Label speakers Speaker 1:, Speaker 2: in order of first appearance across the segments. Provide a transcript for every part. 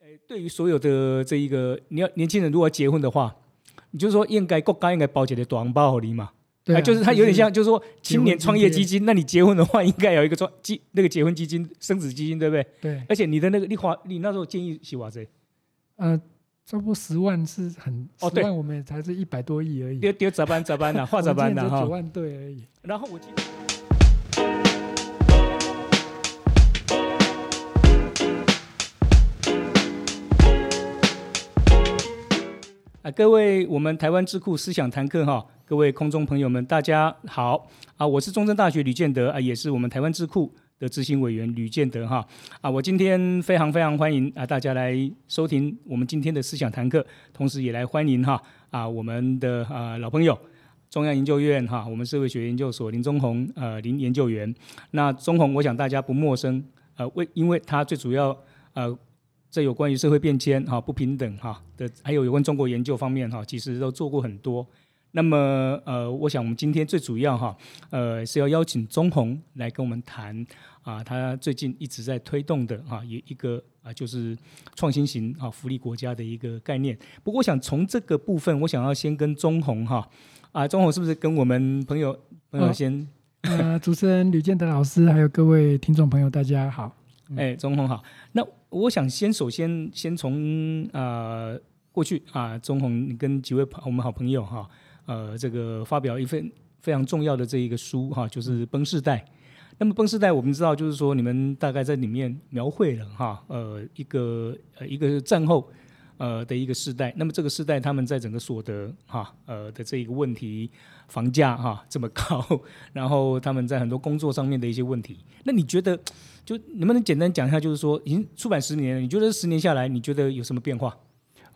Speaker 1: 诶，对于所有的这一个，你要年轻人如果要结婚的话，你就说应该国家应该包一个短包给你嘛，
Speaker 2: 对啊、
Speaker 1: 啊就是它有点像，就是说
Speaker 2: 结
Speaker 1: 青
Speaker 2: 婚
Speaker 1: 年创业
Speaker 2: 津
Speaker 1: 基
Speaker 2: 贴
Speaker 1: 金，那你结婚的话应该有一个创基那个结婚基金、生子基金，对不对？
Speaker 2: 对，
Speaker 1: 而且你的那个你花，你那时候建议洗瓦子，
Speaker 2: 呃，差不多十万是很，
Speaker 1: 哦
Speaker 2: 十
Speaker 1: 对
Speaker 2: 万我们也才是一百多亿而已，
Speaker 1: 丢丢咋办咋办呐，啊画
Speaker 2: 我
Speaker 1: 咋
Speaker 2: 们
Speaker 1: 办
Speaker 2: 今年
Speaker 1: 呐
Speaker 2: 只有九
Speaker 1: 哈。
Speaker 2: 万对而已。
Speaker 1: 然后我记得啊，各位，我们台湾智库思想谈课哈，各位空中朋友们，大家好啊！我是中正大学吕建德啊，也是我们台湾智库的执行委员吕建德哈啊！我今天非常非常欢迎啊大家来收听我们今天的思想谈课，同时也来欢迎哈啊我们的啊老朋友。中央研究院哈，我们社会学研究所林中宏呃林研究员，那中宏我想大家不陌生，呃为因为他最主要呃这有关于社会变迁哈、不平等哈、的，还有有关中国研究方面哈、其实都做过很多。那么呃，我想我们今天最主要哈、呃是要邀请中宏来跟我们谈啊，他最近一直在推动的啊，一一个啊就是创新型啊福利国家的一个概念。不过我想从这个部分，我想要先跟中宏哈啊，中宏是不是跟我们朋友朋友
Speaker 2: 哦
Speaker 1: 先、
Speaker 2: 呃，主持人吕建德老师，还有各位听众朋友，大家好。嗯
Speaker 1: 哎，中红好。那我想先首先先从呃过去啊，中红你跟几位朋我们好朋友哈，呃，这个发表一份非常重要的这一个书哈，就是《崩世代》。那么《崩世代》，我们知道就是说你们大概在里面描绘了哈，呃，一个呃一个战后。呃的一个世代，那么这个世代他们在整个所得哈呃的这一个问题，房价哈这么高， 然后他们在很多工作上面的一些问题，那你觉得就能不能简单讲一下，就是说已经出版十年了，你觉得十年下来，你觉得有什么变化？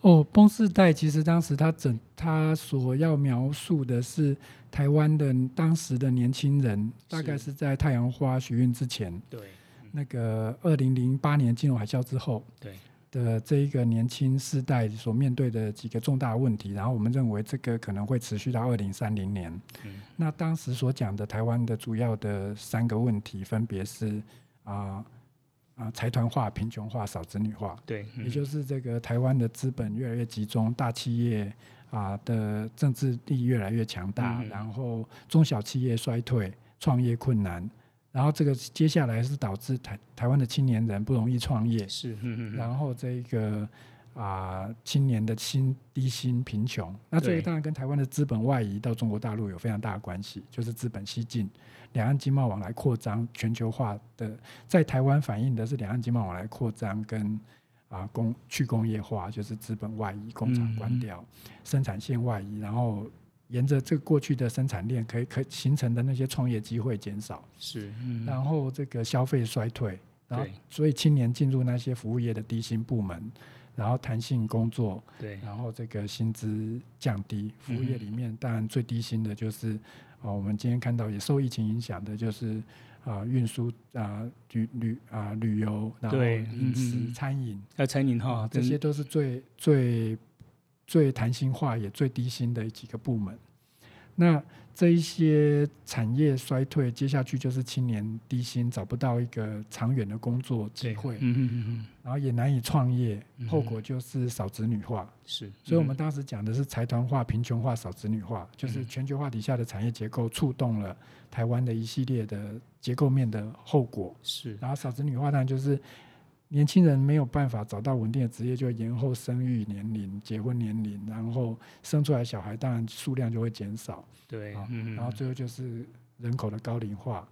Speaker 2: 哦，崩世代其实当时他整他所要描述的是台湾的当时的年轻人，大概是在太阳花学运之前，
Speaker 1: 对
Speaker 2: 那个二零零八年金融海啸之后
Speaker 1: 嗯对，
Speaker 2: 的这一个年轻世代所面对的几个重大问题，然后我们认为这个可能会持续到二零三零年。
Speaker 1: 嗯
Speaker 2: 那当时所讲的台湾的主要的三个问题，分别是啊啊财团化、贫穷化、少子女化。
Speaker 1: 对，嗯
Speaker 2: 也就是这个台湾的资本越来越集中，大企业啊的政治力越来越强大，
Speaker 1: 嗯
Speaker 2: 然后中小企业衰退，创业困难，然后这个接下来是导致台台湾的青年人不容易创业，
Speaker 1: 是，嗯嗯嗯，
Speaker 2: 然后这个啊、青年的薪低薪贫穷，那这个
Speaker 1: 对
Speaker 2: 当然跟台湾的资本外移到中国大陆有非常大的关系，就是资本西进，两岸经贸往来扩张，全球化的啊在台湾反映的是两岸经贸往来扩张跟。啊，工去工业化就是资本外移，工厂关
Speaker 1: 嗯
Speaker 2: 掉，生产线外移，然后沿着这个过去的生产链可以可形成的那些创业机会减少，
Speaker 1: 是，嗯，
Speaker 2: 然后这个消费衰退，然后
Speaker 1: 对
Speaker 2: 所以青年进入那些服务业的低薪部门，然后弹性工作，
Speaker 1: 对，
Speaker 2: 然后这个薪资降低。服务业
Speaker 1: 嗯
Speaker 2: 里面当然最低薪的就是啊、我们今天看到也受疫情影响的就是啊、运输啊、旅旅啊、旅游，然后
Speaker 1: 对
Speaker 2: 饮
Speaker 1: 嗯嗯
Speaker 2: 食、
Speaker 1: 嗯
Speaker 2: 餐饮
Speaker 1: 还有餐饮
Speaker 2: 啊、
Speaker 1: 哈，
Speaker 2: 这些都是最最最弹性化也最低薪的几个部门。那这一些产业衰退，接下去就是青年低薪，找不到一个长远的工作机
Speaker 1: 对
Speaker 2: 会，
Speaker 1: 嗯嗯嗯嗯，
Speaker 2: 然后也难以创业，
Speaker 1: 嗯
Speaker 2: 后果就是少子女化。
Speaker 1: 是，
Speaker 2: 所以我
Speaker 1: 嗯
Speaker 2: 们当时讲的是财团化、贫穷化、少子女化，就是
Speaker 1: 嗯
Speaker 2: 全球化底下的产业结构触动了台湾的一系列的结构面的后果。
Speaker 1: 是，
Speaker 2: 然后少子女化当然就是年轻人没有办法找到稳定的职业，就延后生育年龄、结婚年龄，然后生出来小孩当然数量就会减少，
Speaker 1: 对，
Speaker 2: 好
Speaker 1: 嗯，
Speaker 2: 然后最后就是人口的高龄化。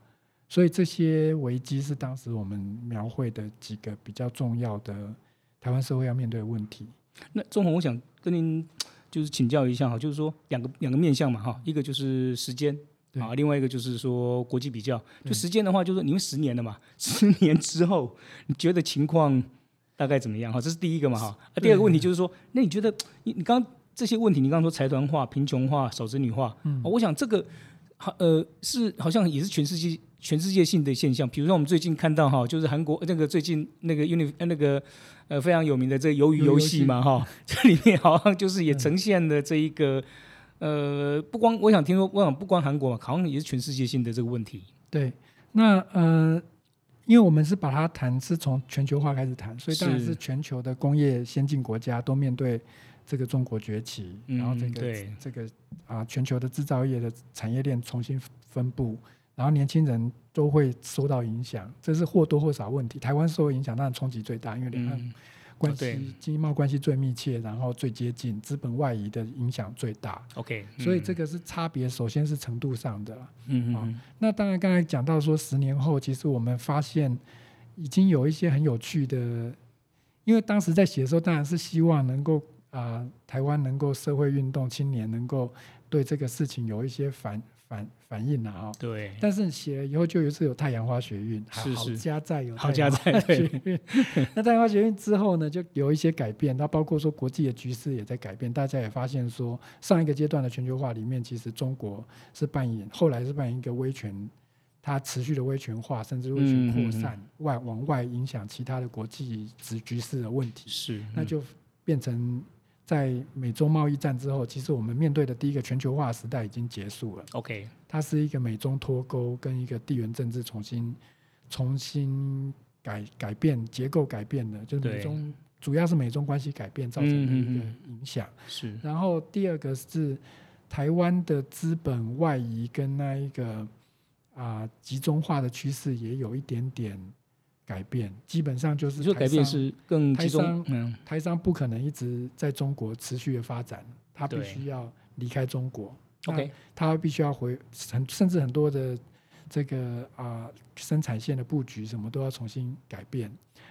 Speaker 2: 所以这些危机是当时我们描绘的几个比较重要的台湾社会要面对的问题。
Speaker 1: 那钟红，我想跟您就是请教一下哈，就是说两个两个面向嘛哈，一个就是时间。
Speaker 2: 对
Speaker 1: 啊，另外一个就是说国际比较，
Speaker 2: 对
Speaker 1: 就时间的话，就是说你们十年了嘛，十年之后你觉得情况大概怎么样哈？这是第一个嘛哈。啊，第二个问题就是说，那你觉得你你刚这些问题，你刚刚说财团化、贫穷化、少子女化，
Speaker 2: 嗯
Speaker 1: 啊我想这个好呃是好像也是全世界全世界性的现象。比如说我们最近看到哈，就是韩国那个最近那个 uni 呃那个呃非常有名的这个鱿鱼游戏嘛哈， 这里面好像就是也
Speaker 2: 嗯
Speaker 1: 呈现了这一个。呃，不光我想听说，我想不光韩国嘛，好像也是全世界性的这个问题。
Speaker 2: 对，那呃，因为我们是把它谈是从全球化开始谈，所以当然
Speaker 1: 是
Speaker 2: 是全球的工业先进国家都面对这个中国崛起，
Speaker 1: 嗯
Speaker 2: 然后这个
Speaker 1: 对
Speaker 2: 这个啊全球的制造业的产业链重新分布，然后年轻人都会受到影响，这是或多或少问题。台湾受影响当然冲击最大，因为两岸
Speaker 1: 嗯，
Speaker 2: 关
Speaker 1: 哦对
Speaker 2: 系、经贸关系最密切，然后最接近，资本外移的影响最大，
Speaker 1: OK，
Speaker 2: 所以这
Speaker 1: 个
Speaker 2: 个是差别，首先是程度上的啦。
Speaker 1: 嗯嗯
Speaker 2: 啊
Speaker 1: 嗯
Speaker 2: 那当然，刚才讲到说，十年后，其实我们发现已经有一些很有趣的，因为当时在写的时候，当然是希望能够啊、台湾能够社会运动青年能够对这个事情有一些反反反应啊、哦。
Speaker 1: 对，
Speaker 2: 但是写了以后，就有一次有太阳花学运，还
Speaker 1: 是
Speaker 2: 好
Speaker 1: 是
Speaker 2: 家在有
Speaker 1: 好
Speaker 2: 太阳
Speaker 1: 家在
Speaker 2: 花学
Speaker 1: 对，
Speaker 2: 运。那太阳花学运之后呢，就有一些改变，那包括说国际的局势也在改变，大家也发现说，上一个阶段的全球化里面，其实中国是扮演后来是扮演一个威权，它持续的威权化，甚至威权扩散，外往外影响其他的国际局局势的问题，
Speaker 1: 是，
Speaker 2: 那
Speaker 1: 嗯
Speaker 2: 就变成。在美洲贸易战之后，其实我们面对的第一个全球化时代已经结束了。
Speaker 1: OK，
Speaker 2: 它是一个美中脱钩跟一个地缘政治重新重新改改变结构改变的，就是
Speaker 1: 对
Speaker 2: 美中主要是美中关系改变造成的一
Speaker 1: 嗯
Speaker 2: 个
Speaker 1: 嗯
Speaker 2: 影响。
Speaker 1: 是，
Speaker 2: 然后第二个是台湾的资本外移跟那一个啊、集中化的趋势也有一点点改变，基本上就是
Speaker 1: 你说改变
Speaker 2: 台商
Speaker 1: 是更集
Speaker 2: 台
Speaker 1: 中
Speaker 2: 商，
Speaker 1: 嗯，
Speaker 2: 台商不可能一直在中国持续的发展，它必
Speaker 1: 对
Speaker 2: 须要离开中国。
Speaker 1: OK
Speaker 2: 它必须要回很甚至很多的这个啊、生产线的布局什么都要重新改变。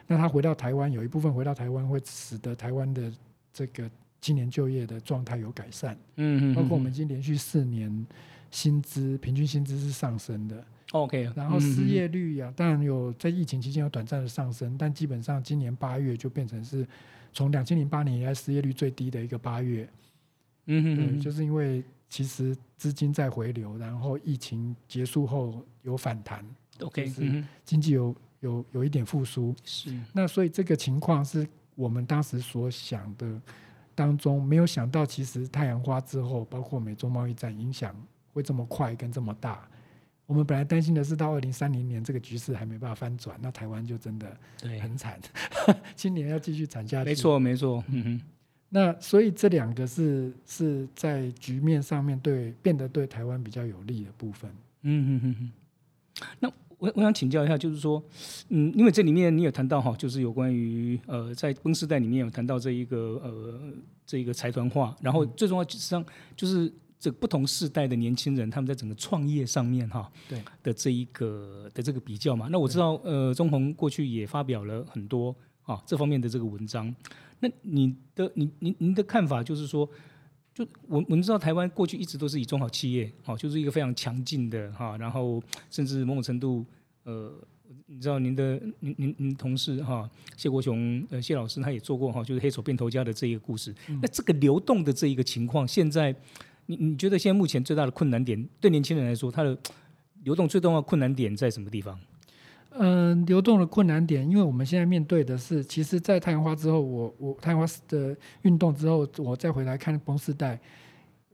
Speaker 2: 那它回到台湾，有一部分回到台湾会使得台湾的这个青年就业的状态有改善，
Speaker 1: 嗯嗯，
Speaker 2: 包括
Speaker 1: 嗯
Speaker 2: 我们已经连续四年薪资平均薪资是上升的，
Speaker 1: OK，
Speaker 2: 然后
Speaker 1: 嗯
Speaker 2: 失
Speaker 1: 嗯
Speaker 2: 业率呀、当然有在疫情期间有短暂的上升，但基本上今年八月就变成是从两千零八年以来失业率最低的一个八月。
Speaker 1: 嗯嗯
Speaker 2: 对，
Speaker 1: 嗯，
Speaker 2: 就是因为其实资金在回流，然后疫情结束后有反弹，
Speaker 1: OK，
Speaker 2: 就是
Speaker 1: 嗯
Speaker 2: 经济有有有一点复苏。
Speaker 1: 是，
Speaker 2: 那所以这个情况是我们当时所想的当中没有想到，其实太阳花之后，包括美中贸易战影响会这么快跟这么大。我们本来担心的是到二零三零年这个局势还没办法翻转，那台湾就真的
Speaker 1: 对，
Speaker 2: 很惨， 今年要继续惨下去。
Speaker 1: 没错没错，嗯嗯，
Speaker 2: 那所以这两个是是在局面上面对变得对台湾比较有利的部分。
Speaker 1: 嗯嗯嗯嗯。那我我想请教一下，就是说，嗯，因为这里面你有谈到哈，就是有关于呃，在崩时代里面有谈到这一个呃这一个财团化，然
Speaker 2: 嗯
Speaker 1: 后最重要实际上就是这不同世代的年轻人他们在整个创业上面哈，
Speaker 2: 对
Speaker 1: 的这一个的这个比较嘛。那我知道呃，中红过去也发表了很多啊这方面的这个文章。那你的你您您的看法就是说，就我我们知道台湾过去一直都是以中小企业，好、就是一个非常强劲的哈、然后甚至某种程度，呃，你知道您的您您您同事哈、谢国雄呃谢老师他也做过哈、就是黑手变头家的这一个故事。
Speaker 2: 嗯
Speaker 1: 那这个流动的这一个情况，现在你你觉得现在目前最大的困难点，对年轻人来说，他的流动最重要的困难点在什么地方？
Speaker 2: 嗯、流动的困难点，因为我们现在面对的是，其实，在太阳花之后，我我太阳花的运动之后，我再回来看崩世代，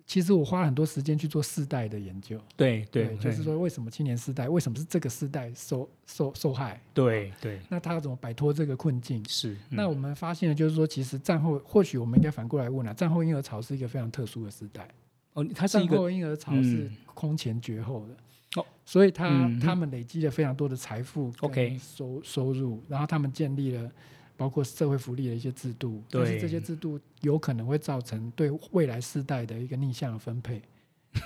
Speaker 2: 其实我花了很多时间去做世代的研究。
Speaker 1: 对对，
Speaker 2: 就是说为什么青年世代，为什么是这个世代受受受害？
Speaker 1: 对对
Speaker 2: 那他要怎么摆脱这个困境？
Speaker 1: 是。嗯
Speaker 2: 那我们发现的就是说，其实战后或许我们应该反过来问啊了、战后婴儿潮是一个非常特殊的时代。
Speaker 1: 哦，它是
Speaker 2: 战
Speaker 1: 一个
Speaker 2: 后婴儿潮是
Speaker 1: 嗯
Speaker 2: 空前绝后的，
Speaker 1: 哦
Speaker 2: 所以他、
Speaker 1: 嗯
Speaker 2: 他们累积了非常多的财富跟
Speaker 1: OK
Speaker 2: 收收入，然后他们建立了包括社会福利的一些制度，但是
Speaker 1: 对
Speaker 2: 这些制度有可能会造成对未来世代的一个逆向的分配，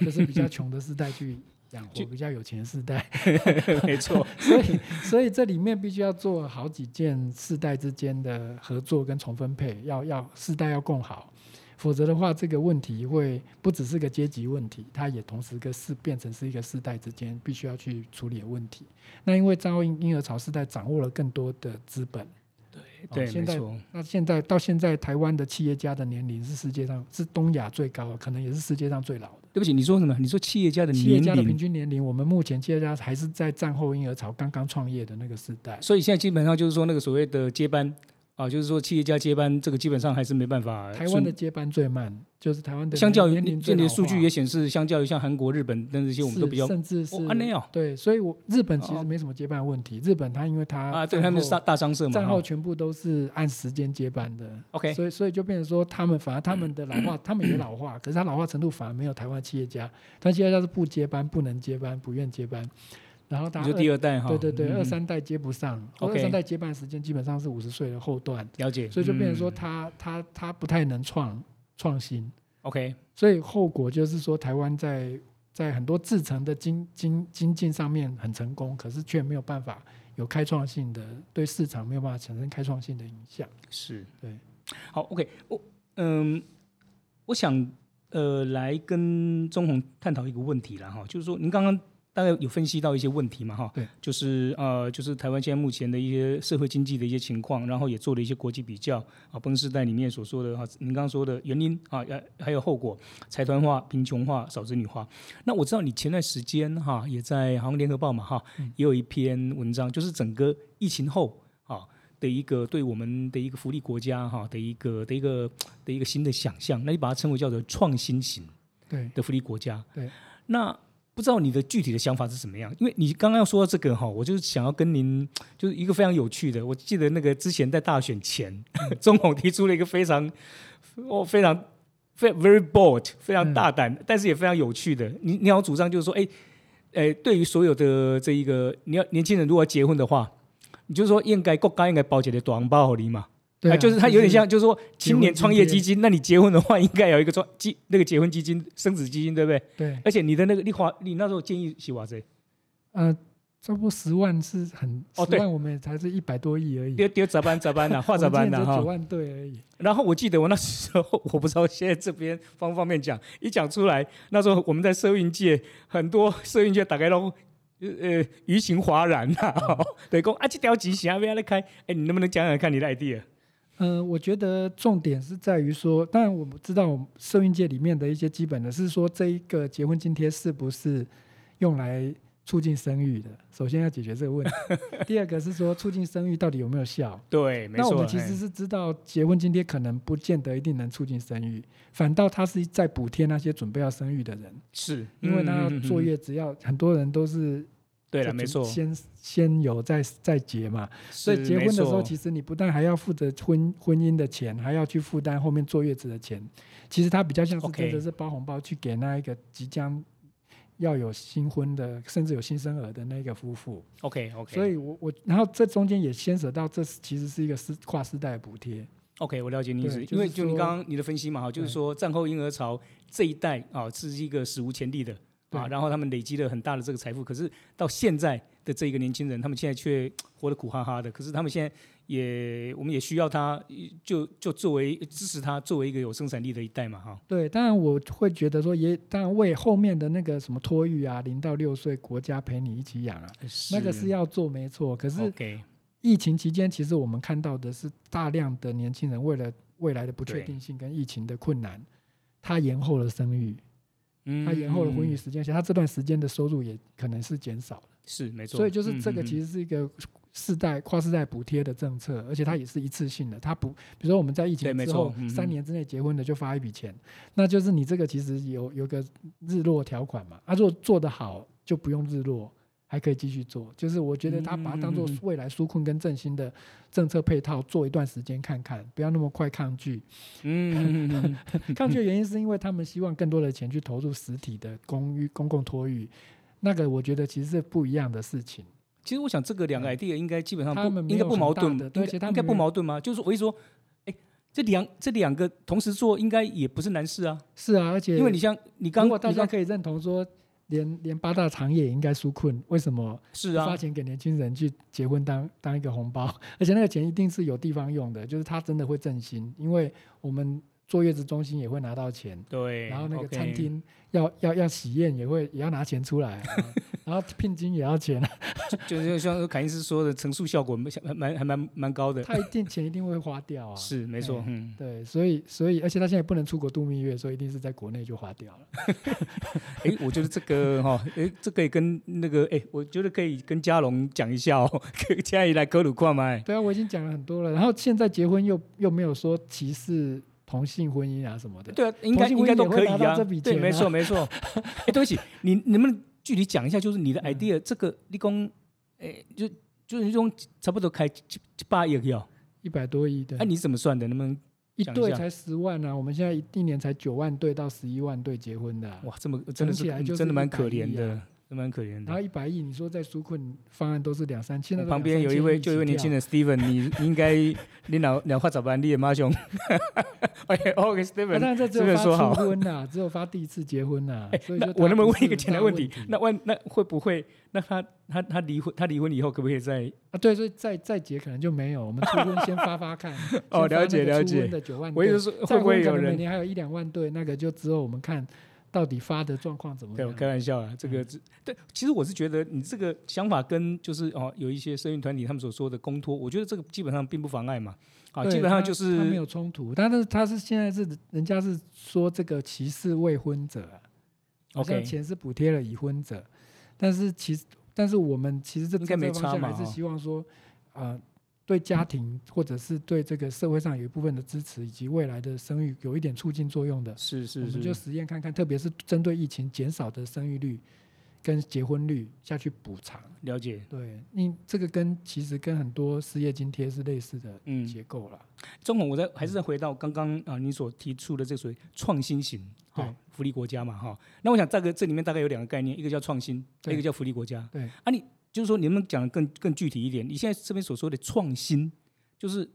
Speaker 2: 就是比较穷的世代去养 活
Speaker 1: 就
Speaker 2: 比较有钱的世代，
Speaker 1: 没 错，
Speaker 2: 所以所以这里面必须要做好几件世代之间的合作跟重分配，要要世代要共好，否则的话，这个问题会不只是个阶级问题，它也同时个是变成是一个世代之间必须要去处理的问题。那因为战后婴婴儿潮世代掌握了更多的资本，
Speaker 1: 对，
Speaker 2: 现
Speaker 1: 没
Speaker 2: 在
Speaker 1: 错，
Speaker 2: 那现在到现在台湾的企业家的年龄是世界上是东亚最高的，可能也是世界上最老的。
Speaker 1: 对不起，你说什么？你说企业家的
Speaker 2: 企业
Speaker 1: 年
Speaker 2: 家的平
Speaker 1: 龄，
Speaker 2: 均年龄，我们目前企业家还是在战后婴儿潮刚刚创业的那个时代。
Speaker 1: 所以现在基本上就是说那个所谓的接班啊，就是说企业家接班这个基本上还哎是没办法顺。
Speaker 2: 台湾的接班最慢，就是台湾的
Speaker 1: 相较于
Speaker 2: 年龄
Speaker 1: 这
Speaker 2: 最
Speaker 1: 里的
Speaker 2: 老
Speaker 1: 数据
Speaker 2: 化
Speaker 1: 也显示，相较于像韩国、日本等这些，我们都
Speaker 2: 是
Speaker 1: 比较
Speaker 2: 甚至是
Speaker 1: 哦，安内哦
Speaker 2: 对，所以我日本其
Speaker 1: 哦
Speaker 2: 实没什么接班问题。日本它因为它
Speaker 1: 啊，对
Speaker 2: 战
Speaker 1: 他们是
Speaker 2: 后
Speaker 1: 大大商社嘛
Speaker 2: 战后
Speaker 1: 哈
Speaker 2: 全部都是按时间接班的。
Speaker 1: ，OK，
Speaker 2: 所以所以就变成说，他们反而他们的老化，他们也老化，可是他老化程度反而没有台湾企业家，但企业家是不接班、不能接班、不愿接班，然后他
Speaker 1: 你说第
Speaker 2: 二
Speaker 1: 二代哈，
Speaker 2: 对对对
Speaker 1: 嗯
Speaker 2: 二三代接不上，或
Speaker 1: OK
Speaker 2: 二三代接班时间基本上是五十岁的后段，
Speaker 1: 了解，
Speaker 2: 所以就变成说
Speaker 1: 嗯
Speaker 2: 他他他不太能创创新，
Speaker 1: OK，
Speaker 2: 所以后果就是说，台湾在在很多制成的精精精进上面很成功，可是却没有办法有开创性的对市场没有办法产生开创性的影响。
Speaker 1: 是
Speaker 2: 对，
Speaker 1: 好，OK，我嗯，我想呃来跟钟红探讨一个问题啦哈，就是说您刚刚大概有分析到一些问题嘛哈，
Speaker 2: 对，
Speaker 1: 就是呃就是台湾现在目前的一些社会经济的一些情况，然后也做了一些国际比较啊，崩时代里面所说的哈，您刚刚说的原因啊，呃还有后果，财团化、贫穷化、少子女化。那我知道你前段时间哈、也在好像联合报嘛哈、
Speaker 2: 嗯
Speaker 1: 也有一篇文章，就是整个疫情后啊的一个对我们的一个福利国家哈、的一个的一个的一个新的想象，那你把它称为叫做创新型
Speaker 2: 对，
Speaker 1: 的福利国家。
Speaker 2: 对，
Speaker 1: 那不知道你的具体的想法是怎么样？因为你刚刚要说到这个哈，我就是想要跟您就是一个非常有趣的，我记得那个之前在大选前，
Speaker 2: 嗯
Speaker 1: 中统提出了一个非常哦非常非 very bold 非
Speaker 2: 嗯
Speaker 1: 常大胆，但是也非常有趣的，你你要主张就是说，哎，呃，对于所有的这一个你要年轻人如果要结婚的话。你就说应该国家应该包起来短包给你嘛，
Speaker 2: 对、
Speaker 1: 啊，就是它有点像，就是说
Speaker 2: 结
Speaker 1: 青
Speaker 2: 婚
Speaker 1: 年
Speaker 2: 津
Speaker 1: 创业
Speaker 2: 贴
Speaker 1: 基金，那你结婚的话，应该有一个创基那个结婚基金、生子基金，对不对？
Speaker 2: 对，
Speaker 1: 而且你的那个你花，你那时候建议洗瓦谁？
Speaker 2: 呃，差不多十万是很，
Speaker 1: 哦
Speaker 2: 十
Speaker 1: 对
Speaker 2: 万我们也才是一百多亿而已，
Speaker 1: 丢丢咋办咋办呐，画咋办呐
Speaker 2: 九
Speaker 1: 啊哈。
Speaker 2: 万对而已。
Speaker 1: 然后我记得我那时候，我不知道现在这边方不方便讲，一讲出来，那时候我们在社运界，很多社运界大概都。呃呃，舆情哗然呐、对，讲啊，这条几想要来开，哎，你能不能讲讲看你的 idea？
Speaker 2: 嗯、我觉得重点是在于说，当然我们知道我们社运界里面的一些基本的是说，这一个结婚津贴是不是用来促进生育的？首先要解决这个问题。 第二个是说，促进生育到底有没有效？
Speaker 1: 对，没
Speaker 2: 那
Speaker 1: 错。
Speaker 2: 我们其实
Speaker 1: 哎
Speaker 2: 是知道，结婚津贴可能不见得一定能促进生育，反倒它是在补贴那些准备要生育的人，
Speaker 1: 是，
Speaker 2: 因为他要
Speaker 1: 嗯嗯嗯嗯
Speaker 2: 坐月子要，很多人都是
Speaker 1: 对了，
Speaker 2: 就
Speaker 1: 没错。
Speaker 2: 准先先有再再结嘛，所以
Speaker 1: 是
Speaker 2: 结婚
Speaker 1: 没
Speaker 2: 的时候，
Speaker 1: 错
Speaker 2: 其实你不但还要负责婚婚姻的钱，还要去负担后面坐月子的钱。其实它比较像是
Speaker 1: OK
Speaker 2: 真的是包红包去给那一个即将要有新婚的，甚至有新生儿的那个夫妇。
Speaker 1: OK OK，
Speaker 2: 所以我我然后这中间也牵扯到，这是其实是一个世跨世代的补贴。
Speaker 1: OK，我了解你意思，
Speaker 2: 对
Speaker 1: 因为
Speaker 2: 就是
Speaker 1: 就你
Speaker 2: 说
Speaker 1: 刚刚你的分析嘛，哈，就是
Speaker 2: 对
Speaker 1: 说战后婴儿潮这一代啊是一个史无前例的啊，
Speaker 2: 对
Speaker 1: 然后他们累积了很大的这个财富，可是到现在的这个年轻人，他们现在却活得苦哈哈的，可是他们现在也，我们也需要他，就就作为支持他作为一个有生产力的一代嘛，哈，
Speaker 2: 对，当然我会觉得说也，当然为后面的那个什么托育啊，零到六岁国家陪你一起养啊，那个是要做没错。可是
Speaker 1: OK，
Speaker 2: 疫情期间，其实我们看到的是大量的年轻人为了未来的不确
Speaker 1: 对
Speaker 2: 定性跟疫情的困难，他延后了生育，
Speaker 1: 嗯
Speaker 2: 他延后了婚育
Speaker 1: 嗯
Speaker 2: 时间，而且他这段时间的收入也可能是减少了。
Speaker 1: 是没错，嗯
Speaker 2: 所以就是这个其
Speaker 1: 实
Speaker 2: 实是一个世代跨世代补贴的政策，而且它也是一次性的，它不，比如说我们在疫
Speaker 1: 对
Speaker 2: 情
Speaker 1: 没
Speaker 2: 之
Speaker 1: 错
Speaker 2: 后
Speaker 1: 嗯嗯
Speaker 2: 三年之内结婚的就发一笔钱，那就是你这个其实有有个日落条款嘛，啊，如果做得好就不用日落。还可以继续做，就是我觉得他把它当做
Speaker 1: 嗯嗯嗯嗯
Speaker 2: 未来纾困跟振兴的政策配套，做一段时间看看，不要那么快 抗拒。
Speaker 1: 嗯嗯嗯嗯嗯
Speaker 2: 抗拒的原因是因为他们希望更多的钱去投入实体的公寓、公共托育，那个我觉得其实是不一样的事情。
Speaker 1: 其实我想这个两个 idea 应该基本上
Speaker 2: 嗯他
Speaker 1: 不
Speaker 2: 们没
Speaker 1: 应
Speaker 2: 有
Speaker 1: 该不矛盾
Speaker 2: 很大的，对
Speaker 1: 应
Speaker 2: 而且
Speaker 1: 该
Speaker 2: 他
Speaker 1: 应
Speaker 2: 们
Speaker 1: 该
Speaker 2: 没
Speaker 1: 不
Speaker 2: 有
Speaker 1: 矛盾吗？就是我一说，哎，这两这两个同时做应该也不是难事啊，
Speaker 2: 是啊，而且
Speaker 1: 因为你像你刚
Speaker 2: 如果大
Speaker 1: 你
Speaker 2: 家
Speaker 1: 刚
Speaker 2: 可以认同说，连连八大行业也应该纾困，为什么
Speaker 1: 是
Speaker 2: 不发
Speaker 1: 啊，
Speaker 2: 钱给年轻人去结婚当 当一个红包？而且那个钱一定是有地方用的，就是它真的会振兴，因为我们坐月子中心也会拿到钱，
Speaker 1: 对，
Speaker 2: 然后那个
Speaker 1: OK
Speaker 2: 餐厅要要要喜宴也会也要拿钱出来 啊，然后聘金也要钱啊，
Speaker 1: 就就像凯恩斯说的，乘数效果蛮蛮还蛮蛮高的，
Speaker 2: 他一定钱一定会花掉啊。
Speaker 1: 是没错，嗯，
Speaker 2: 对，所以所以而且他现在也不能出国度蜜月，所以一定是在国内就花掉了。
Speaker 1: 诶，我觉得这个哈， 诶，这可以跟那个诶，我觉得可以跟嘉龙讲一下哦， 可以嘉怡来科鲁矿麦，
Speaker 2: 对啊，我已经讲了很多了。然后现在结婚又又没有说歧视同性婚姻啊什么的。
Speaker 1: 对啊，应该应该都可以
Speaker 2: 同性婚姻也会拿
Speaker 1: 啊，
Speaker 2: 到这笔
Speaker 1: 对，
Speaker 2: 钱啊
Speaker 1: 没错没 错。诶，对不起，你你能不能具体讲一下，就是你的
Speaker 2: 嗯
Speaker 1: idea 这个立功，诶，就就是用差不多开七七八亿哦，
Speaker 2: 一百多亿的，
Speaker 1: 哎，你怎么算的？能不能
Speaker 2: 啊一
Speaker 1: 讲一
Speaker 2: 对
Speaker 1: 下
Speaker 2: 才十万啊！我们现在一一年才九万对到十一万对结婚的啊、
Speaker 1: 哇，这么真的是
Speaker 2: 整起来
Speaker 1: 嗯
Speaker 2: 就是
Speaker 1: 真的蛮
Speaker 2: 100
Speaker 1: 可怜
Speaker 2: 亿啊
Speaker 1: 的，真的蛮可怜的
Speaker 2: 然后。一百亿，你说在纾困方案都是两三千，
Speaker 1: 我
Speaker 2: 那都
Speaker 1: 旁边有一位，就有一位年轻
Speaker 2: 人，
Speaker 1: 人 Steven，你你应该你老老发早班，你也妈 熊。哎
Speaker 2: 那
Speaker 1: ，OK，Steven，
Speaker 2: 啊当然这只
Speaker 1: 这
Speaker 2: 有
Speaker 1: 个说好
Speaker 2: 发初婚呐、只有发第一次结婚呐、
Speaker 1: 哎，
Speaker 2: 所以
Speaker 1: 那
Speaker 2: 就
Speaker 1: 我能不能问
Speaker 2: 它
Speaker 1: 一
Speaker 2: 不
Speaker 1: 个
Speaker 2: 是
Speaker 1: 简单
Speaker 2: 大
Speaker 1: 问
Speaker 2: 题
Speaker 1: 题？那万那会不会？那他他他离婚，他离婚以后可不可以再？。
Speaker 2: 啊，对，所以再再结可能就没有，我们初婚先发发 看
Speaker 1: 哦了解
Speaker 2: 先发那
Speaker 1: 了
Speaker 2: 个
Speaker 1: 解
Speaker 2: 初婚的九万
Speaker 1: 我
Speaker 2: 嗯对，
Speaker 1: 意思是
Speaker 2: 再
Speaker 1: 会不会
Speaker 2: 婚可
Speaker 1: 有
Speaker 2: 能每
Speaker 1: 人？
Speaker 2: 年还有一两万对，那个就之后我们看到底发的状况怎么
Speaker 1: 对，我
Speaker 2: 样。
Speaker 1: 开玩笑啊，这
Speaker 2: 嗯
Speaker 1: 个只对，其实我是觉得你这个想法跟就是哦，有一些社运团体他们所说的公托，我觉得这个基本上并不妨碍嘛。啊，
Speaker 2: 对
Speaker 1: 基本上
Speaker 2: 他
Speaker 1: 就
Speaker 2: 他没
Speaker 1: 是
Speaker 2: 有冲突，但是他是现在是人家是说这个歧视未婚者、啊，好像
Speaker 1: OK，
Speaker 2: 钱是补贴了已婚者，但是其实但是我们其实这
Speaker 1: 应该没
Speaker 2: 政策
Speaker 1: 差
Speaker 2: 方向
Speaker 1: 嘛
Speaker 2: 还
Speaker 1: 哈
Speaker 2: 是希望说，呃，对家庭或者是对这个社会上有一部分的支持，以及未来的生育有一点促进作用的，
Speaker 1: 是
Speaker 2: 我
Speaker 1: 是，
Speaker 2: 们就是实验看看，特别是针对疫情减少的生育率跟结婚率下去补偿。
Speaker 1: 了解。
Speaker 2: 对，你这个跟其实跟很多失业津贴是类似的
Speaker 1: 嗯
Speaker 2: 结构啦。
Speaker 1: 中红，我再还是再回到刚刚啊，你所提出的这所谓创新型哈、
Speaker 2: 对
Speaker 1: 福利国家嘛哈、那我想大概这里面大概有两个概念，一个叫创新，
Speaker 2: 对
Speaker 1: 一个叫福利国家。
Speaker 2: 对，
Speaker 1: 啊你，就是说你能不能讲的更更具体一点？你现在这边所说的创新，就是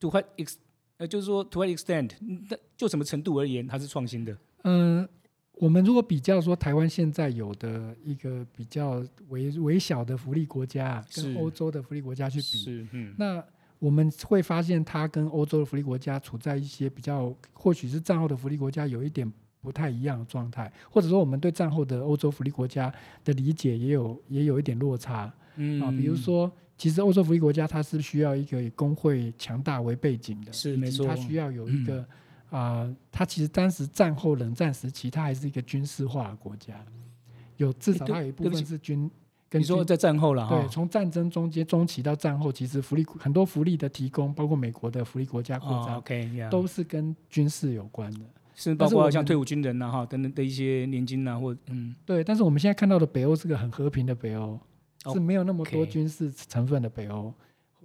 Speaker 1: to what ex 呃，就是说 to what extent，嗯那就什么程度而言它是创新的？
Speaker 2: 嗯，我们如果比较说台湾现在有的一个比较微微小的福利国家，啊跟
Speaker 1: 是
Speaker 2: 欧洲的福利国家去比，
Speaker 1: 是嗯
Speaker 2: 那我们会发现它跟欧洲的福利国家处在一些比较或许是战后的福利国家有一点不太一样的状态，或者说我们对战后的欧洲福利国家的理解也有也有一点落差。
Speaker 1: 嗯
Speaker 2: 啊，比如说，其实欧洲福利国家它是需要一个以工会强大为背景的，
Speaker 1: 是
Speaker 2: 以及
Speaker 1: 没错嗯
Speaker 2: 它需要有一个啊、它其实当时战后冷战时期，它还是一个军事化的国家，有至
Speaker 1: 诶
Speaker 2: 少
Speaker 1: 对
Speaker 2: 它有一部
Speaker 1: 对不
Speaker 2: 分
Speaker 1: 起
Speaker 2: 是军跟
Speaker 1: 你说
Speaker 2: 军
Speaker 1: 在战后了哈
Speaker 2: 对，，从战争中间中期到战后，其实福利很多福利的提供，包括美国的福利国家扩
Speaker 1: 哦
Speaker 2: 张，
Speaker 1: ，OK，yeah、
Speaker 2: 都是跟军事有关的。
Speaker 1: 是包
Speaker 2: 但是我
Speaker 1: 括
Speaker 2: 们
Speaker 1: 像退伍军人呐、哈等等的一些年金呐、或嗯
Speaker 2: 对，但是我们现在看到的北欧是个很和平的北欧，
Speaker 1: 哦
Speaker 2: 是没有那么多
Speaker 1: OK
Speaker 2: 军事成分的北欧。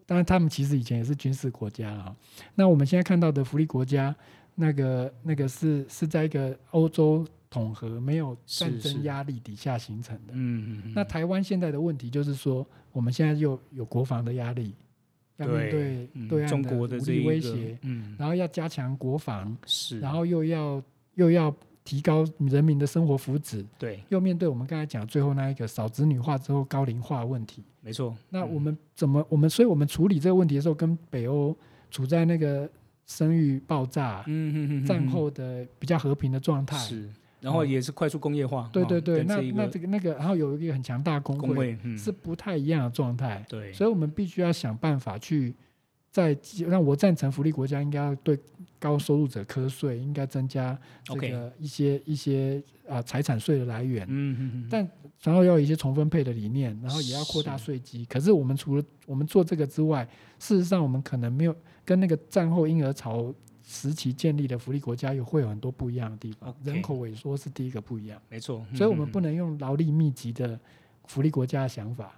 Speaker 2: 当然，他们其实以前也是军事国家啊。那我们现在看到的福利国家，那个那个是是在一个欧洲统合、没有战
Speaker 1: 是是
Speaker 2: 争压力底下形成的。
Speaker 1: 嗯嗯，
Speaker 2: 那台湾现在的问题就是说，我们现在又有国防的压力，要面对
Speaker 1: 嗯
Speaker 2: 对岸
Speaker 1: 中国
Speaker 2: 的
Speaker 1: 的
Speaker 2: 武
Speaker 1: 这
Speaker 2: 力
Speaker 1: 一
Speaker 2: 威
Speaker 1: 个
Speaker 2: 胁，，
Speaker 1: 嗯，
Speaker 2: 然后要加强国防，
Speaker 1: 是，
Speaker 2: 然后又要又要提高人民的生活福祉，
Speaker 1: 对，
Speaker 2: 又面对我们刚才讲最后那一个少子女化之后高龄化问题，
Speaker 1: 没错。
Speaker 2: 那
Speaker 1: 嗯
Speaker 2: 我们怎么我们所以我们处理这个问题的时候，跟北欧处在那个生育爆炸、
Speaker 1: 嗯嗯嗯嗯
Speaker 2: 战后的比较和平的状态，哦
Speaker 1: 是，然后也是快速工业化，
Speaker 2: 对
Speaker 1: 哦
Speaker 2: 对对，
Speaker 1: 跟
Speaker 2: 那
Speaker 1: 这一
Speaker 2: 那
Speaker 1: 个
Speaker 2: 这个那个，然后有一个很强大的工
Speaker 1: 工
Speaker 2: 会
Speaker 1: 会嗯
Speaker 2: 是不太一样的状态，
Speaker 1: 对，
Speaker 2: 所以我们必须要想办法去。在让我赞成福利国家应该要对高收入者课税，应该增加这
Speaker 1: OK
Speaker 2: 个一些一些啊财产税的来源。
Speaker 1: 嗯嗯嗯，
Speaker 2: 但然后要有一些重分配的理念，然后也要扩大
Speaker 1: 是
Speaker 2: 税基。可是我们除了我们做这个之外，事实上我们可能没有跟那个战后婴儿潮时期建立的福利国家有会有很多不一样的地方
Speaker 1: OK 嗯
Speaker 2: 人口萎缩是第一个不一样，
Speaker 1: 没错，
Speaker 2: 所以我们不
Speaker 1: 能
Speaker 2: 能用劳力密集的福利国家的想法。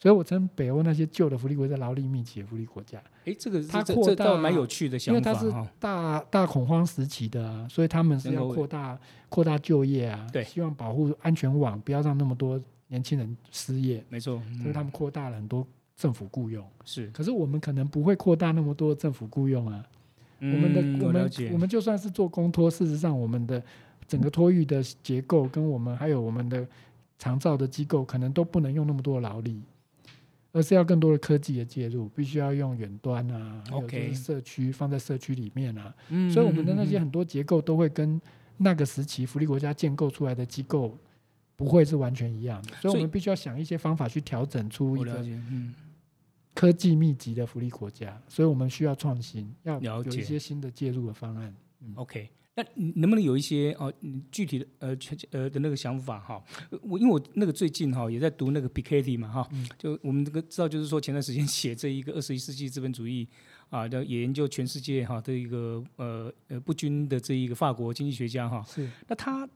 Speaker 2: 所以我称北欧那些旧的福利国家劳力密集的福利国家，
Speaker 1: 哎，这个是
Speaker 2: 它
Speaker 1: 这
Speaker 2: 扩
Speaker 1: 这倒
Speaker 2: 大
Speaker 1: 蛮有趣的
Speaker 2: 因
Speaker 1: 想
Speaker 2: 为它
Speaker 1: 法
Speaker 2: 是
Speaker 1: 哈，
Speaker 2: 大大恐慌时期的、啊，所以他们是
Speaker 1: 人
Speaker 2: 要
Speaker 1: 口萎
Speaker 2: 扩大扩大就业啊，
Speaker 1: 对
Speaker 2: 希望保护安全网，不要让那么多年轻人失业。
Speaker 1: 没错，
Speaker 2: 所以
Speaker 1: 嗯
Speaker 2: 他们扩大了很多政府雇佣。
Speaker 1: 是
Speaker 2: 可是我们可能不会扩大那么多政府雇佣啊。
Speaker 1: 我
Speaker 2: 我们
Speaker 1: 嗯、
Speaker 2: 的
Speaker 1: 我
Speaker 2: 我
Speaker 1: 了
Speaker 2: 们
Speaker 1: 解
Speaker 2: 我们就算是做公托，事实上我们的整个托育的结构跟我们还有我们的长照的机构，可能都不能用那么多劳力。而是要更多的科技的介入，必须要用远端啊，还有就
Speaker 1: OK
Speaker 2: 是社区放在社区里面啊，
Speaker 1: 嗯
Speaker 2: 所以我们的那
Speaker 1: 嗯
Speaker 2: 些
Speaker 1: 嗯嗯
Speaker 2: 很多结构都会跟那个时期福利国家建构出来的机构不会是完全一样的，所以
Speaker 1: 所
Speaker 2: 我
Speaker 1: 以
Speaker 2: 们必须要想一些方法去调整
Speaker 1: 嗯
Speaker 2: 出一
Speaker 1: 我了
Speaker 2: 个
Speaker 1: 解，嗯，
Speaker 2: 科技密集的福利国家，所以我们需要创新，要
Speaker 1: 了
Speaker 2: 有
Speaker 1: 解
Speaker 2: 一些新的介入的方案。
Speaker 1: OK，那你能不能有一些哦你具体的呃全呃的那个想法哈？呃我因为我那个最近哈也在读那个 Piketty 嘛哈，
Speaker 2: 嗯
Speaker 1: 就我们这个知道就是说前段时间写这一个二十一世纪资本主义啊，的也研究全世界哈的一个呃呃不均的这一个法国经济学家哈，
Speaker 2: 是
Speaker 1: 那他。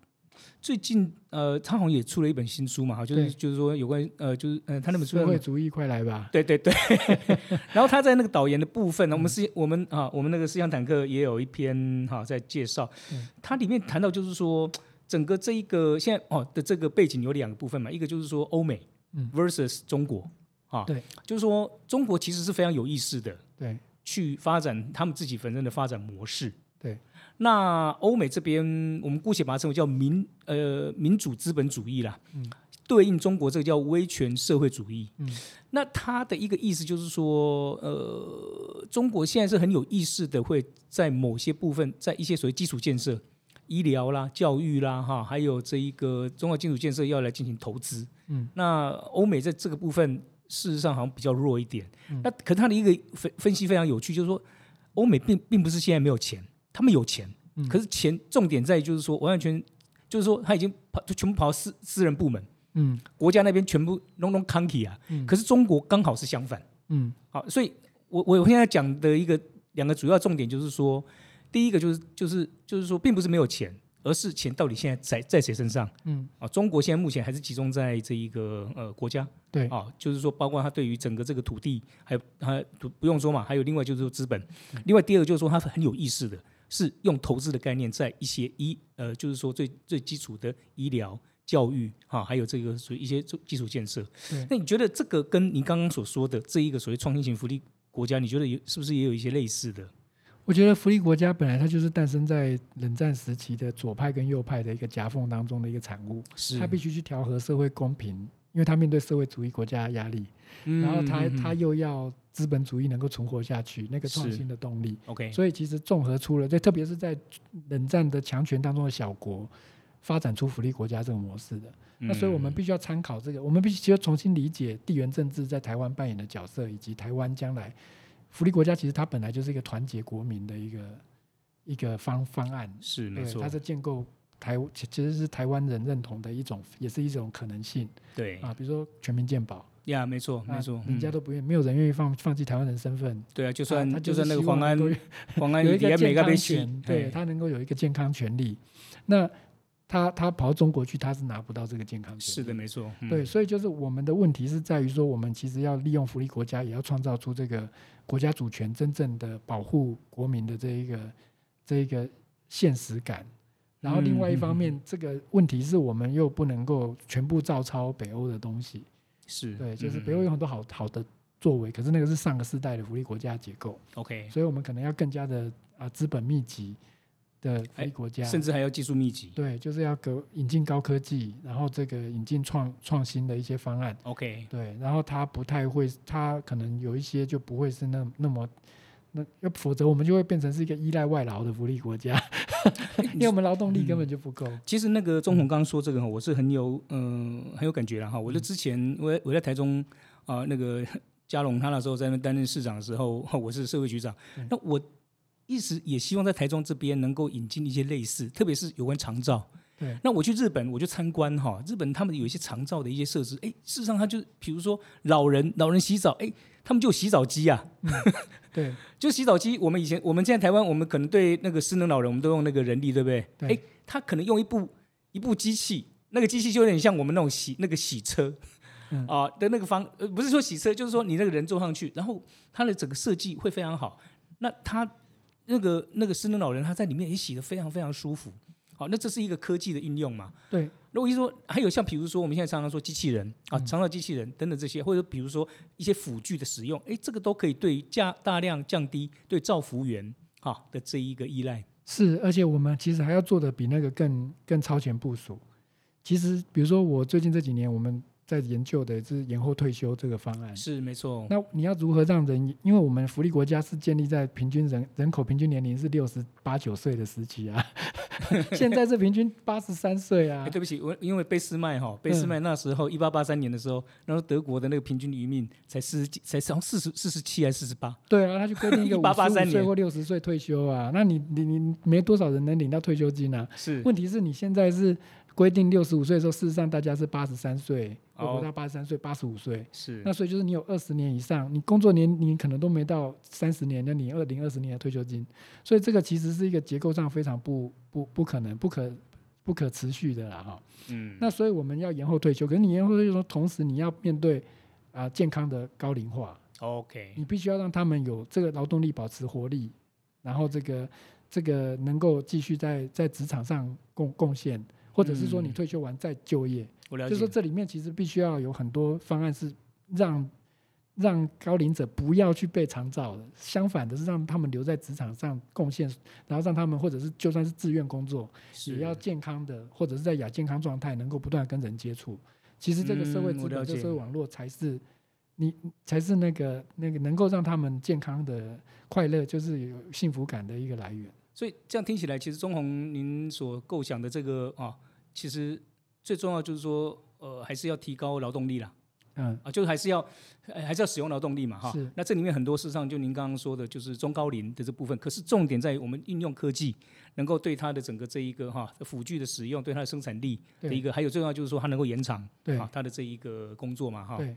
Speaker 1: 最近，呃，他好像也出了一本新书嘛，哈，就是
Speaker 2: 对
Speaker 1: 就是说有关于，呃，就是，呃，他那本书
Speaker 2: 社
Speaker 1: 叫
Speaker 2: 会主义，快来吧！
Speaker 1: 对对对， 然后他在那个导言的部分呢，
Speaker 2: 嗯
Speaker 1: 我们是，我们啊，我们那个思想坦克也有一篇哈、在介绍
Speaker 2: 嗯，
Speaker 1: 它里面谈到就是说，整个这一个现在哦的这个背景有两个部分嘛，一个就是说欧美
Speaker 2: 嗯
Speaker 1: versus 中国啊，
Speaker 2: 对，
Speaker 1: 就是说中国其实是非常有意识的
Speaker 2: 对
Speaker 1: 去发展他们自己本身的发展模式，
Speaker 2: 对，
Speaker 1: 那欧美这边，我们姑且把它称为叫民呃民主资本主义啦，
Speaker 2: 嗯
Speaker 1: 对应中国这个叫威权社会主义。
Speaker 2: 嗯
Speaker 1: 那他的一个意思就是说，呃，中国现在是很有意识的会在某些部分，在一些所谓基础建设、医疗啦、教育啦，哈，还有这一个中国基础建设要来进行投资。
Speaker 2: 嗯，
Speaker 1: 那欧美在这个部分事实上好像比较弱一点。
Speaker 2: 嗯
Speaker 1: 那可他的一个分分析非常有趣，就是说，欧美并并不是现在没有钱，他们有钱，
Speaker 2: 嗯
Speaker 1: 可是钱重点在于就是说完完全就是说他已经跑就全部跑到私私人部门，
Speaker 2: 嗯
Speaker 1: 国家那边全部弄弄 county 啊，
Speaker 2: 嗯
Speaker 1: 可是中国刚好是相反。
Speaker 2: 嗯
Speaker 1: 好，所以我我现在讲的一个两个主要重点就是说，第一个就是就是就是说，并不是没有钱，而是钱到底现在在在谁身上
Speaker 2: 嗯，
Speaker 1: 啊？中国现在目前还是集中在这一个呃国家，
Speaker 2: 对
Speaker 1: 啊，就是说包括他对于整个这个土地，还有他不不用说嘛，还有另外就是说资本，
Speaker 2: 嗯
Speaker 1: 另外第二个就是说他很有意识的是用投资的概念在一些医呃，就是说最最基础的医疗。教育啊，还有这个属于一些基础建设
Speaker 2: 对。
Speaker 1: 那你觉得这个跟您刚刚所说的这一个所谓创新型福利国家，你觉得有是不是也有一些类似的？
Speaker 2: 我觉得福利国家本来它就是诞生在冷战时期的左派跟右派的一个夹缝当中的一个产物，
Speaker 1: 是
Speaker 2: 它必须去调和社会公平，因为它面对社会主义国家的压力，
Speaker 1: 嗯
Speaker 2: 然后它它又要资本主义能够存活下去，那个创
Speaker 1: 是
Speaker 2: 新的动力，
Speaker 1: OK
Speaker 2: 所以其实综合出了，在特别是在冷战的强权当中的小国，发展出福利国家这个模式的。
Speaker 1: 嗯
Speaker 2: 那所以我们必须要参考这个，我们必须要重新理解地缘政治在台湾扮演的角色，以及台湾将来福利国家其实它本来就是一个团结国民的一个一个方方案，
Speaker 1: 是没
Speaker 2: 对，
Speaker 1: 错
Speaker 2: 它，是建构台其其实是台湾人认同的一种，也是一种可能性
Speaker 1: 对
Speaker 2: 啊，比如说全民健保，
Speaker 1: 呀，没错没错
Speaker 2: 啊，人
Speaker 1: 嗯
Speaker 2: 家都不愿，没有人愿意放放弃台湾人身份，
Speaker 1: 对啊，就
Speaker 2: 啊他
Speaker 1: 算就是算那个
Speaker 2: 希
Speaker 1: 黄
Speaker 2: 望能
Speaker 1: 安
Speaker 2: 够
Speaker 1: 黄安
Speaker 2: 有
Speaker 1: 也
Speaker 2: 一个
Speaker 1: 每
Speaker 2: 健
Speaker 1: 个被
Speaker 2: 康
Speaker 1: 洗
Speaker 2: 权，，对
Speaker 1: 哎
Speaker 2: 他能够有一个健康权利。那他他跑到中国去，他是拿不到这个健康权利。
Speaker 1: 是的，没错，嗯
Speaker 2: 对，所以就是我们的问题是在于说，我们其实要利用福利国家，也要创造出这个国家主权真正的保护国民的这一个这一个现实感。然后另外一方
Speaker 1: 嗯
Speaker 2: 面，这个问题是我们又不能够全部照抄北欧的东西。
Speaker 1: 是
Speaker 2: 对，就是
Speaker 1: 嗯
Speaker 2: 北欧有很多好好的作为，可是那个是上个世代的福利国家结构。
Speaker 1: OK，
Speaker 2: 所以我们可能要更加的啊资本密集的福利国家，
Speaker 1: 哎甚至还要技术密集
Speaker 2: 对，就是要革引进高科技，然后这个引进创创新的一些方案，
Speaker 1: OK，
Speaker 2: 对，然后它不太会，它可能有一些就不会是那那么。那要否则我们就会变成是一个依赖外劳的福利国家， 因为我们劳动力根本就不够。
Speaker 1: 其实那个钟红刚说这个哈，我是很有嗯、很有感觉了哈。我就之前我在我在台中啊、那个 嘉龙他那时候在那边担任市长的时候， 我是社会局长
Speaker 2: 对。
Speaker 1: 那我一直也希望在台中这边能够引进一些类似，特别是有关长照。
Speaker 2: 对，
Speaker 1: 那我去日本，我就参观哈，日本他们有一些长照的一些设施，哎，事实上他就比如说老人老人洗澡，哎，他们就有洗澡机啊，
Speaker 2: 对
Speaker 1: 就洗澡机，我们以前我们现在台湾，我们可能对那个失能老人，我们都用那个人力，对不对？
Speaker 2: 对
Speaker 1: 诶他可能用一部一部机器，那个机器就有点像我们那种洗那个洗车。
Speaker 2: 嗯
Speaker 1: 啊、的那个方呃，不是说洗车，就是说你那个人坐上去，然后它的整个设计会非常好。那他那个那个失能老人，他在里面也洗得非常非常舒服。好、那这是一个科技的运用嘛？
Speaker 2: 对
Speaker 1: 如果一说还有像比如说我们现在常常说机器人啊，
Speaker 2: 嗯
Speaker 1: 长照机器人等等这些，或者比如说一些辅具的使用，诶，这个都可以对价大量降低对照服员哈、的这一个依赖。
Speaker 2: 是，而且我们其实还要做的比那个更更超前部署。其实，比如说我最近这几年，我们在研究的是延后退休这个方案。
Speaker 1: 是没错，
Speaker 2: 那你要如何让人？因为我们福利国家是建立在平均人人口平均年龄是六十八九岁的时期啊， 现在是平均八十三岁 啊
Speaker 1: 哎，。对不起，我因为俾斯麦哈，俾斯麦那时候一八八三年的时候，然后德国的那个平均余命才四十几，才好像四十四十七还是四十八，
Speaker 2: 对啊，他就规 定一个五
Speaker 1: 1883
Speaker 2: 十岁
Speaker 1: 年
Speaker 2: 或六十岁退休啊。那你你你没多少人能领到退休金啊？
Speaker 1: 是
Speaker 2: 问题是你现在是规定六十五岁的时候，事实上大家是八十三岁，会活
Speaker 1: 哦嗯
Speaker 2: 到八十三岁、八十五岁。
Speaker 1: 是
Speaker 2: 那所以就是你有二十年以上，你工作年你可能都没到三十年，那你二零二十年的退休金，所以这个其实是一个结构上非常不不不可能、不可不可持续的啦哈。
Speaker 1: 嗯
Speaker 2: 那所以我们要延后退休，可是你延后退休，同时你要面对啊、健康的高龄化，
Speaker 1: OK
Speaker 2: 你必须要让他们有这个劳动力保持活力，然后这个这个能够继续在在职场上贡贡献，或者是说你
Speaker 1: 嗯
Speaker 2: 退休完再就业。
Speaker 1: 我了
Speaker 2: 就
Speaker 1: 解
Speaker 2: 是说这里面其实必须要有很多方案是让让高龄者不要去被长照的，相反的是让他们留在职场上贡献，然后让他们或者是就算是自愿工作，
Speaker 1: 是
Speaker 2: 也要健康的，或者是在亚健康状态能够不断跟人接触。其实这个社会
Speaker 1: 嗯
Speaker 2: 资
Speaker 1: 我
Speaker 2: 本、
Speaker 1: 了
Speaker 2: 这个
Speaker 1: 解
Speaker 2: 社会网络才是你才是那个那个能够让他们健康的快乐，就是有幸福感的一个来源。
Speaker 1: 所以这样听起来，其实钟红您所构想的这个啊，其实最重要就是说，呃，还是要提高劳动力啦，
Speaker 2: 嗯，
Speaker 1: 啊，就是还是要呃还是要使用劳动力嘛，哈
Speaker 2: 是。
Speaker 1: 那这里面很多事实上，就您刚刚说的，就是中高龄的这部分，可是重点在于我们运用科技，能够对它的整个这一个哈辅具的使用，对它的生产力的一
Speaker 2: 对
Speaker 1: 个，还有最重要就是说它能够延长
Speaker 2: 对
Speaker 1: 啊它的这一个工作嘛，哈。
Speaker 2: 对，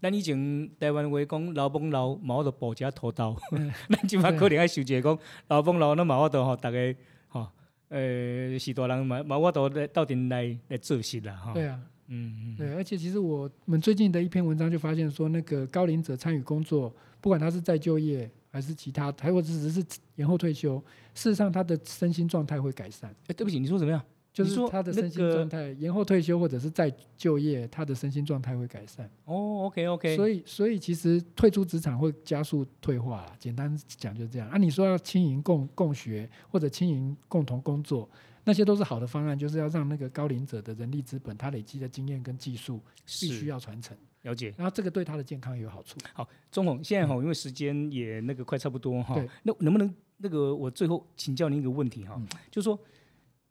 Speaker 1: 咱以前台湾话讲老翁老毛的保家头 刀，嗯咱即摆可能爱想一个讲老翁老那毛我都吼，大家吼，呃，是大人嘛，嘛我都来到阵来来做事啦吼。
Speaker 2: 对啊。
Speaker 1: 嗯，嗯嗯，
Speaker 2: 对，而且其实我们最近的一篇文章就发现说，那个高龄者参与工作，不管他是再就业还是其他，还或者只是延后退休，事实上他的身心状态会改善，
Speaker 1: 哎，对不起，你说怎么样？
Speaker 2: 就
Speaker 1: 你
Speaker 2: 是
Speaker 1: 说
Speaker 2: 他的
Speaker 1: 那
Speaker 2: 身心
Speaker 1: 个
Speaker 2: 状态、延后退休或者是再就业，他的身心状态会改善。
Speaker 1: 哦，OK OK，
Speaker 2: 所
Speaker 1: 以
Speaker 2: 以，所以其实退出职场会加速退化啦，简单讲就这样。啊，你说要轻盈共共学或者轻盈共同工作，那些都是好的方案，就是要让那个高龄者的人力资本，他累积的经验跟技术必须要传承。
Speaker 1: 了解。
Speaker 2: 然后这个对他的健康也有好处。
Speaker 1: 钟红，现在哈，因为时间也那个快差不多哈
Speaker 2: 嗯对，
Speaker 1: 那能不能那个我最后请教您一个问题哈
Speaker 2: 嗯，
Speaker 1: 就是说。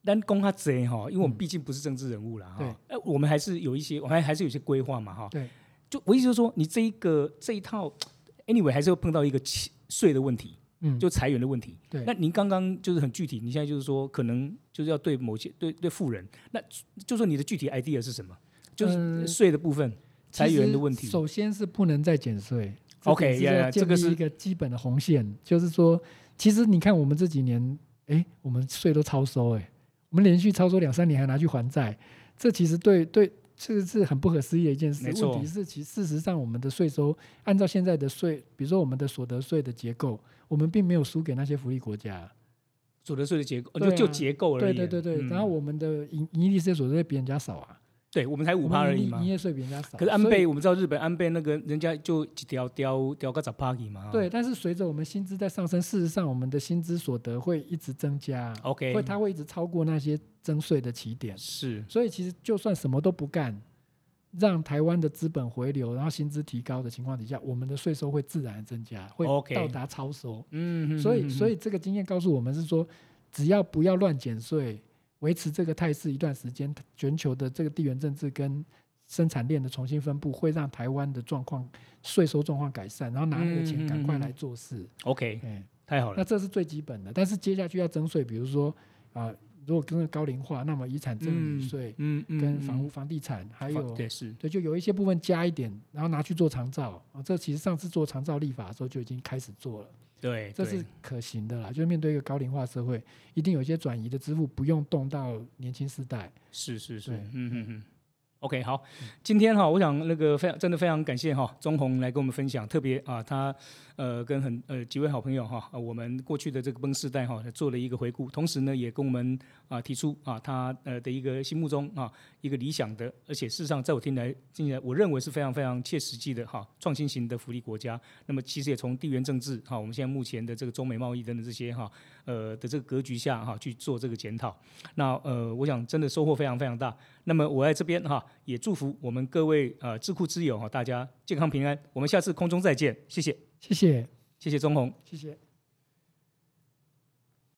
Speaker 1: 咱讲较济哈，因为我们
Speaker 2: 嗯
Speaker 1: 毕竟不是政治人物啦
Speaker 2: 对
Speaker 1: 哈，哎，我们还是有一些，我还还是有一些规划嘛哈。
Speaker 2: 对，
Speaker 1: 就我意思就是说，你这一个这一套，anyway 还是会碰到一个起税的问题，
Speaker 2: 嗯，
Speaker 1: 就裁员的问题。
Speaker 2: 对
Speaker 1: 那您刚刚就是很具体，你现在就是说可能就是要对某些对对富人，那就说你的具体 idea 是什么？就是
Speaker 2: 呃
Speaker 1: 税的部分，裁员的问
Speaker 2: 其
Speaker 1: 题
Speaker 2: 实。首先是不能再减税。
Speaker 1: OK，
Speaker 2: 这点
Speaker 1: yeah，yeah，
Speaker 2: 是
Speaker 1: 这
Speaker 2: 要
Speaker 1: 个
Speaker 2: 建立
Speaker 1: 是
Speaker 2: 一个基本的红线，就是说，其实你看我们这几年，哎，我们税都超收，哎，我们连续超收两三年还拿去还债，这其实对对。这个是很不可思议的一件事。
Speaker 1: 没错
Speaker 2: 问题是，其事实上我们的税收按照现在的税，比如说我们的所得税的结构，我们并没有输给那些福利国家。
Speaker 1: 所得税的结构，
Speaker 2: 对
Speaker 1: 就
Speaker 2: 啊
Speaker 1: 就结构而
Speaker 2: 对
Speaker 1: 已。
Speaker 2: 对对对。
Speaker 1: 嗯
Speaker 2: 然后我们的盈盈利税所得税比人家少啊，
Speaker 1: 对我们才五
Speaker 2: 我们
Speaker 1: 趴而
Speaker 2: 盈
Speaker 1: 已
Speaker 2: 利
Speaker 1: 嘛
Speaker 2: 营。业税比人家少。
Speaker 1: 可是安
Speaker 2: 所以
Speaker 1: 倍，我们知道日本安倍那个人家就一条雕雕个十趴去嘛。
Speaker 2: 对，但是随着我们薪资在上升，事实上我们的薪资所得会一直增加，
Speaker 1: ，OK，
Speaker 2: 会它会一直超过那些征税的起点。
Speaker 1: 是
Speaker 2: 所以其实就算什么都不干，让台湾的资本回流，然后薪资提高的情况底下，我们的税收会自然增加，会
Speaker 1: OK
Speaker 2: 到达超收。
Speaker 1: 嗯，
Speaker 2: 所以，
Speaker 1: 嗯
Speaker 2: 所以这个经验告诉我们是说，只要不要乱减税，维持这个态势一段时间，全球的这个地缘政治跟生产链的重新分布，会让台湾的状况税收状况改善，然后拿那个
Speaker 1: 嗯嗯
Speaker 2: 钱
Speaker 1: 嗯
Speaker 2: 赶快
Speaker 1: 嗯
Speaker 2: 来做事。
Speaker 1: OK，
Speaker 2: 哎，
Speaker 1: 太好了
Speaker 2: 那。这是最基本的。但是接下去要征税，比如说啊、如果跟着高龄化，那么遗产赠与税、
Speaker 1: 嗯嗯
Speaker 2: 跟房
Speaker 1: 房
Speaker 2: 屋、房地产还有。
Speaker 1: 对是
Speaker 2: 对，就有一些部分加一点，然后拿去做长照啊，这其实上次做长照立法的时候就已经开始做了。
Speaker 1: 对，
Speaker 2: 这
Speaker 1: 对
Speaker 2: 是可行的啦。就是面对一个高龄化社会，一定有一些转移的支付不用动到年轻世代。
Speaker 1: 是是是
Speaker 2: 对，
Speaker 1: 嗯嗯嗯。OK，好，今天哈，我想那个非常真的非常感谢哈，钟红来跟我们分享，特别啊，他呃跟很呃几位好朋友哈、啊我们过去的这个崩世代哈、做了一个回顾，同时呢也跟我们啊提出啊他呃的一个心目中啊一个理想的，而且事实上在我听来听起来，我认为是非常非常切实际的哈、创新型的福利国家。那么其实也从地缘政治哈、我们现在目前的这个中美贸易等等这些哈、呃的这个格局下哈、去做这个检讨。那呃，我想真的收获非常非常大。那么我在这边哈，也祝福我们各位呃智库之友哈，大家健康平安。我们下次空中再见，谢谢，
Speaker 2: 谢谢，
Speaker 1: 谢谢钟红。
Speaker 2: 谢谢。